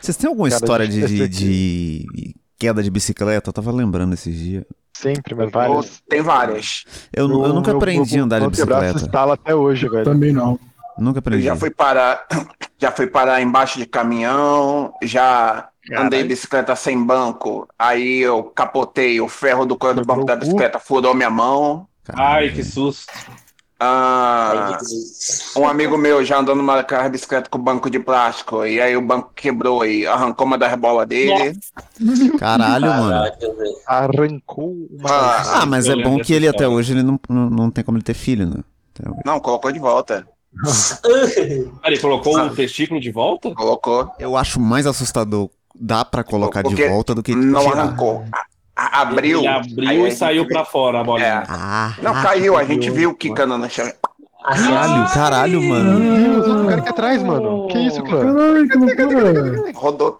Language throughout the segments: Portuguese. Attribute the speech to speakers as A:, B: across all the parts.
A: Vocês têm alguma
B: Cara,
A: história de, de,
B: de-
A: de queda de bicicleta? Eu tava lembrando esses dias.
B: Sempre, mas
C: Ou-
B: várias.
C: Tem várias.
A: Eu, nu- eu nunca aprendi a andar de
C: um
B: braço
A: bicicleta.
B: estala até hoje, velho.
D: Também não.
A: Nunca
C: Eu
A: aprendi.
C: já fui parar, já fui parar embaixo de caminhão, já andei
E: Caralho.
C: bicicleta sem banco. Aí eu capotei o ferro do coelho do
B: Quebrou
C: banco da
B: o cu?
C: bicicleta, furou minha mão.
F: Ai, que susto.
C: Ah, um amigo meu já andou numa daquelas bicicletas com banco de plástico, e aí o banco quebrou e arrancou uma das bolas dele.
A: Caralho, mano.
G: Caraca, velho.
B: Arrancou uma.
C: Ah,
A: Ah, mas
F: Eu
A: é bom
F: lembro
A: que ele
F: dessa
A: até hoje ele não, não, não tem como ele ter filho, né?
C: não, colocou de volta.
F: Ah, Ele colocou
C: Sabe.
F: o testículo de volta?
C: Colocou.
A: Eu acho mais assustador dá pra colocar de
C: Porque
A: volta do que
B: tipo
C: não
A: tirar.
C: arrancou. A- a- abriu.
F: Ele
C: aí a
F: abriu e
C: gente
F: saiu
C: viu. é.
F: pra fora né? a bolinha.
A: Ah,
C: Não, caiu, a gente viu quicando no chão.
G: Assim,
A: caralho, caralho, mano.
B: Meu Deus, olha o cara aqui atrás, mano. Que isso, clã?
D: Caralho, que é? loucura.
C: Rodou.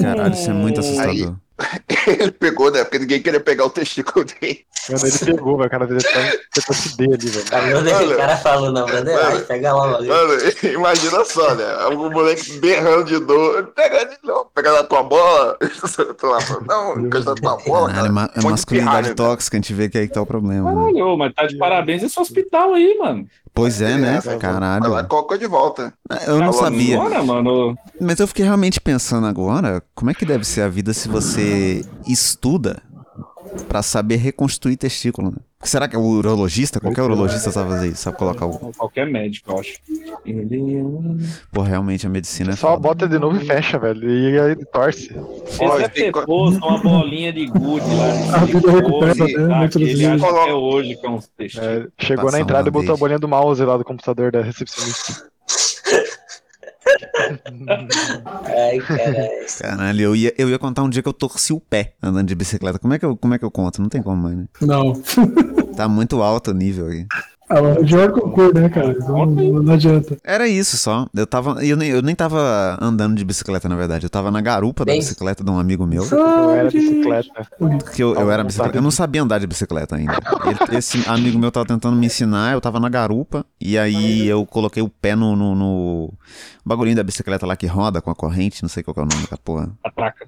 A: Caralho, isso é muito assustador.
C: Ele pegou, né? Porque ninguém queria pegar o testículo dele.
B: Mano, ele pegou, velho. O cara dele tá tá pra se dele, velho.
G: Aí eu deixei o cara falando, não, brother. Ai, pega lá, mano.
C: Mano, imagina só, né? O moleque berrando de dor. Pega de novo, pega na tua bola. Não, encosta na tua bola,
A: Caralho, é
C: cara.
A: ma- é
C: Muito pirralho, né?
A: masculinidade
C: velho.
A: tóxica, a gente vê que aí que tá o problema. né?
F: Caralho, mas tá de parabéns esse hospital aí, mano.
A: Pois é, né?
C: É, Vai lá,
A: Caralho.
C: colocou de volta.
A: Eu não
C: Agora,
A: sabia.
F: Agora, mano.
A: Mas eu fiquei realmente pensando agora, como é que deve ser a vida se você estuda pra saber reconstruir testículo, né? Será que o urologista, qualquer urologista sabe fazer isso, sabe colocar o...
F: Qualquer médico, eu acho. Ele é um-
A: Pô, realmente a medicina é
B: Só
A: foda.
B: bota de novo e fecha, velho. E aí torce.
C: Ó,
F: Esse é
C: tem co-
F: teposo, uma bolinha de gude lá. tá?
D: A vida recupera, né? Muito
F: Ele
D: lindo.
F: acha até hoje que é uns testículos.
B: É, chegou
A: Passar
B: na entrada e
A: um
B: botou a
A: beijo.
B: bolinha do mouse lá do computador da recepcionista.
G: Ai, caralho.
A: Caralho, eu ia, eu ia contar um dia que eu torci o pé andando de bicicleta. Como é que eu, como é que eu conto? Não tem como, mais, né?
D: Não.
A: Tá muito alto o nível aqui.
D: Ah, mas o Dior concor, né,
F: Ah,
D: cara? Não, não- não adianta.
A: Era isso só. Eu tava. Eu nem, eu nem tava andando de bicicleta, na verdade. Eu tava na garupa da
G: Bem-
A: bicicleta de um amigo meu.
B: Não era
D: Ai, gente.
B: bicicleta.
A: Porque eu, eu era
B: Não
A: bicicleta.
B: sabe.
A: Eu não sabia andar de bicicleta ainda. Ele- esse amigo meu tava tentando me ensinar, eu tava na garupa, e aí eu coloquei o pé no, no, no bagulhinho da bicicleta lá que roda com a corrente, não sei qual que é o nome da porra.
F: Atraca.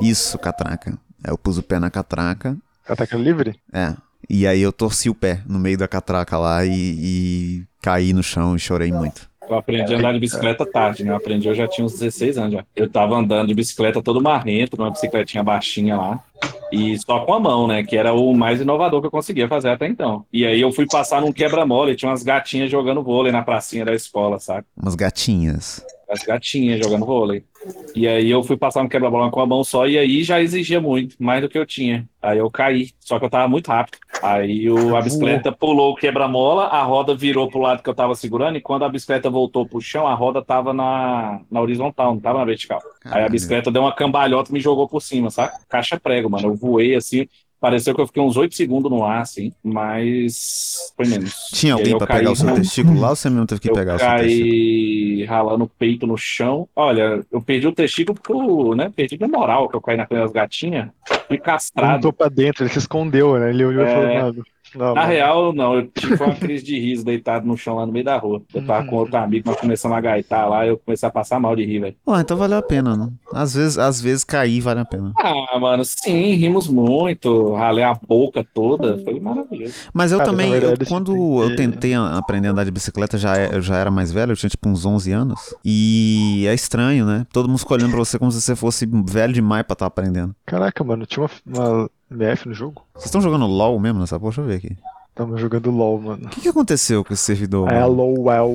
A: Isso, catraca. Aí eu pus o pé na catraca,
B: Ataque tá livre?
A: é. E aí eu torci o pé no meio da catraca lá e, e caí no chão e chorei muito.
F: Eu aprendi a andar de bicicleta tarde, né? Eu aprendi, eu já tinha uns 16 anos já. Eu tava andando de bicicleta todo marrento, numa bicicletinha baixinha lá. E só com a mão, né? Que era o mais inovador que eu conseguia fazer até então. E aí eu fui passar num quebra-mola e tinha umas gatinhas jogando vôlei na pracinha da escola, sabe?
A: Umas gatinhas.
F: as gatinhas jogando vôlei. E aí eu fui passar um quebra-bola com a mão só, e aí já exigia muito, mais do que eu tinha. Aí eu caí, só que eu tava muito rápido. Aí o, a bicicleta pulou o quebra-mola, a roda virou pro lado que eu tava segurando, e quando a bicicleta voltou pro chão, a roda tava na, na horizontal, não tava na vertical. Aí a
A: Caralho.
F: bicicleta deu uma cambalhota e me jogou por cima, saca? Caixa prego, mano. Eu voei assim. Pareceu que eu fiquei uns 8 segundos no ar, assim, mas foi menos.
A: Tinha
F: E aí
A: alguém
F: eu
A: pra
F: caí
A: pegar o seu
F: na-
A: testículo lá ou você mesmo teve que
F: eu
A: pegar o seu testículo?
F: caí ralando o peito no chão. Olha, eu perdi o testículo porque eu, né, perdi minha moral, que eu caí na frente das gatinhas. Fui castrado.
B: Contou pra dentro, ele se escondeu, né? Ele olhou e
F: É.
B: falou, mano. Não,
F: Na
B: mano.
F: real, não. Eu tive uma crise de riso deitado no chão lá no meio da rua. Eu tava com outro amigo, nós começamos a gaitar lá, eu comecei a passar mal de rir, velho.
A: Ué, então valeu a pena, né? Às vezes, às vezes cair vale a pena.
F: Ah, mano, sim, rimos muito, ralei a boca toda, foi maravilhoso.
A: Mas eu
B: Cara,
A: também,
B: na verdade,
A: eu-
B: você
A: quando eu
B: tem que-
A: tentei a- aprender a andar de bicicleta, já, é- eu já era mais velho, eu tinha tipo uns 11 anos. E é estranho, né? Todo mundo escolhendo pra você como se você fosse velho demais pra estar aprendendo.
B: Caraca, mano, tinha uma, uma MF no jogo?
A: Vocês estão jogando LOL mesmo nessa porra? Deixa eu ver aqui.
B: Tamo jogando LOL, mano.
A: O que, que aconteceu com esse servidor?
B: É a
A: mano?
B: LOL.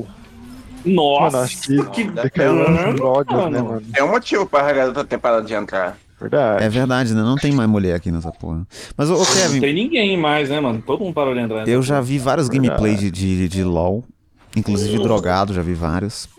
B: Mano,
F: Nossa, Uhum.
B: acho que.
F: que
B: Decaiu
F: bacana,
B: os drogas, né,
F: mano.
B: mano?
C: É um motivo pra garota ter parado de entrar.
B: Verdade.
A: É verdade, né? Não tem mais mulher aqui nessa porra. Mas, ô, ô
F: não
A: Kevin,
F: tem ninguém mais, né, mano? Todo mundo parou de entrar.
A: eu já vi vários
B: É
A: gameplays de, de, de LOL, inclusive drogado, já vi vários.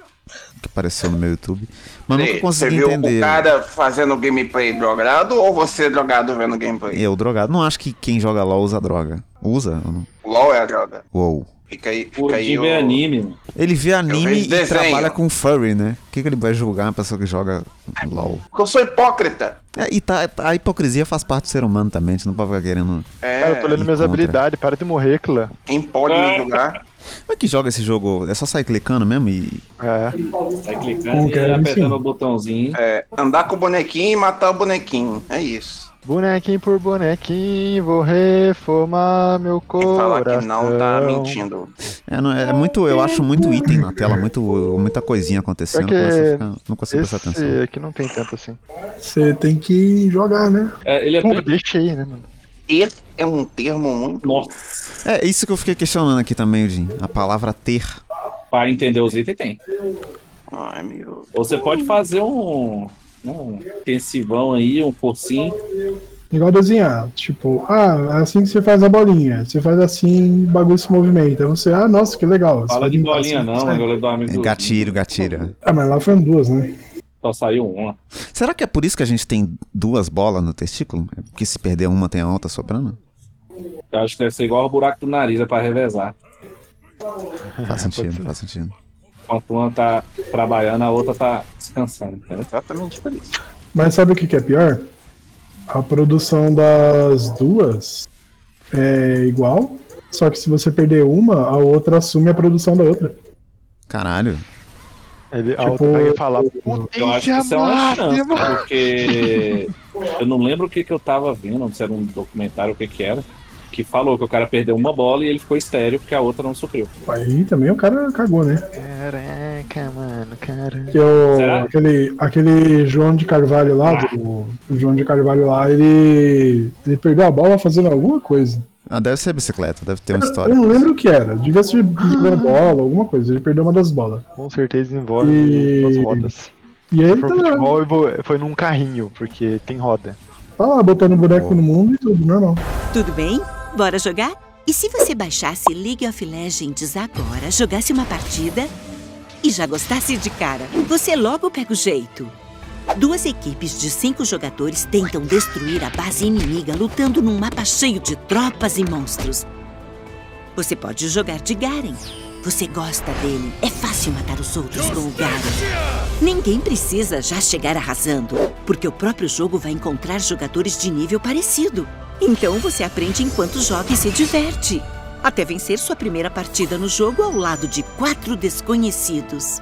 A: Que apareceu no meu YouTube. Mas nunca
C: Você
A: consegui
B: um
C: viu o
A: entender.
C: cara fazendo gameplay drogado ou você é drogado vendo gameplay?
A: Eu, drogado. Não acho que quem joga LOL usa droga. Usa? ou não?
C: LOL é a droga.
A: Uou.
C: Fica aí, fica
F: Por
C: aí
F: é
C: o...
F: anime, mano.
A: Ele vê anime
C: vejo
A: e
C: desenho.
A: trabalha com furry, né? O que, que ele vai julgar uma pessoa que joga LOL?
C: Porque eu sou hipócrita.
A: É, e tá- a hipocrisia faz parte do ser humano também, a gente não pode ficar querendo.
B: Cara, eu tô
C: É,
B: olhando minhas
A: Encontra.
B: habilidades, para de morrer, clã.
C: quem pode me julgar?
A: Como é que joga esse jogo? É só sair clicando mesmo e.
B: É.
F: Vai clicando
D: Ok,
F: e apertando
D: sim.
F: o botãozinho.
C: É, andar com o bonequinho e matar o bonequinho. É isso.
B: Bonequinho por bonequinho, vou reformar meu
C: Quem falar
B: coração.
C: que não tá mentindo.
A: É, não, é muito. Eu acho muito item na tela, muito, muita coisinha acontecendo.
B: É que
A: começa a ficar- não consigo prestar atenção.
B: Esse aqui não tem tanto assim.
D: Você tem que jogar, né?
F: É, ele é
B: Pô,
F: bem...
B: deixa aí, né, mano?
C: Esse é um termo muito.
F: Nossa,
A: É isso que eu fiquei questionando aqui também, Jim. A palavra ter.
F: pra entender os itens tem.
C: Ai, meu.
F: Ou você pode fazer um. Um intensivão aí, um cursinho.
D: Igual desenhar. Tipo, ah, é assim que você faz a bolinha. Você faz assim, o bagulho se movimenta. Você, ah, nossa, que legal. Você
F: Fala
D: vai
F: de
D: tentar
F: bolinha,
D: assim,
F: não.
D: sabe?
F: Agora do amigo.
A: é Gatilho, gatilho.
D: Ah, mas lá foram duas, né?
F: Só saiu uma.
A: Será que é por isso que a gente tem duas bolas no testículo? É porque se perder uma tem a outra sobrando?
F: Eu acho que deve ser igual o buraco do nariz, é pra revezar.
A: Faz sentido,
B: ser.
A: faz sentido.
F: Enquanto uma tá trabalhando, a outra tá descansando. entendeu?
C: Exatamente por isso.
D: Mas sabe o que, que é pior? A produção das duas é igual, só que se você perder uma, a outra assume a produção da outra.
A: Caralho.
B: Ele
D: Tipo,
B: tipo... vai falar.
F: Eu acho que isso é uma chance, porque eu não lembro o que, que eu tava vendo, se era um documentário, o que que era, que falou que o cara perdeu uma bola e ele ficou estéreo porque a outra não supriu.
D: Aí também o cara cagou, né?
B: Caraca, mano, cara.
D: Que é o,
F: Será?
D: aquele, aquele João de Carvalho lá, do, o João de Carvalho lá, ele, ele perdeu a bola fazendo alguma coisa.
A: Ah, deve ser bicicleta, deve ter uma
D: Eu
A: história.
D: não lembro o que era. Devia ser jogando bola, alguma coisa. Ele perdeu uma das bolas.
B: Com certeza envolve
D: E-
B: duas rodas.
D: E aí ele
B: Foi
D: tá, lá-
B: futebol e vo- foi num carrinho, porque tem roda.
D: tá lá botando boneco no mundo e tudo, normal.
E: Tudo bem? Bora jogar? E se você baixasse League of Legends agora, jogasse uma partida e já gostasse de cara, você logo pega o jeito. Duas equipes de cinco jogadores tentam destruir a base inimiga lutando num mapa cheio de tropas e monstros. Você pode jogar de Garen. Você gosta dele. É fácil matar os outros com o Garen. Ninguém precisa já chegar arrasando, porque o próprio jogo vai encontrar jogadores de nível parecido. Então você aprende enquanto joga e se diverte. Até vencer sua primeira partida no jogo ao lado de quatro desconhecidos.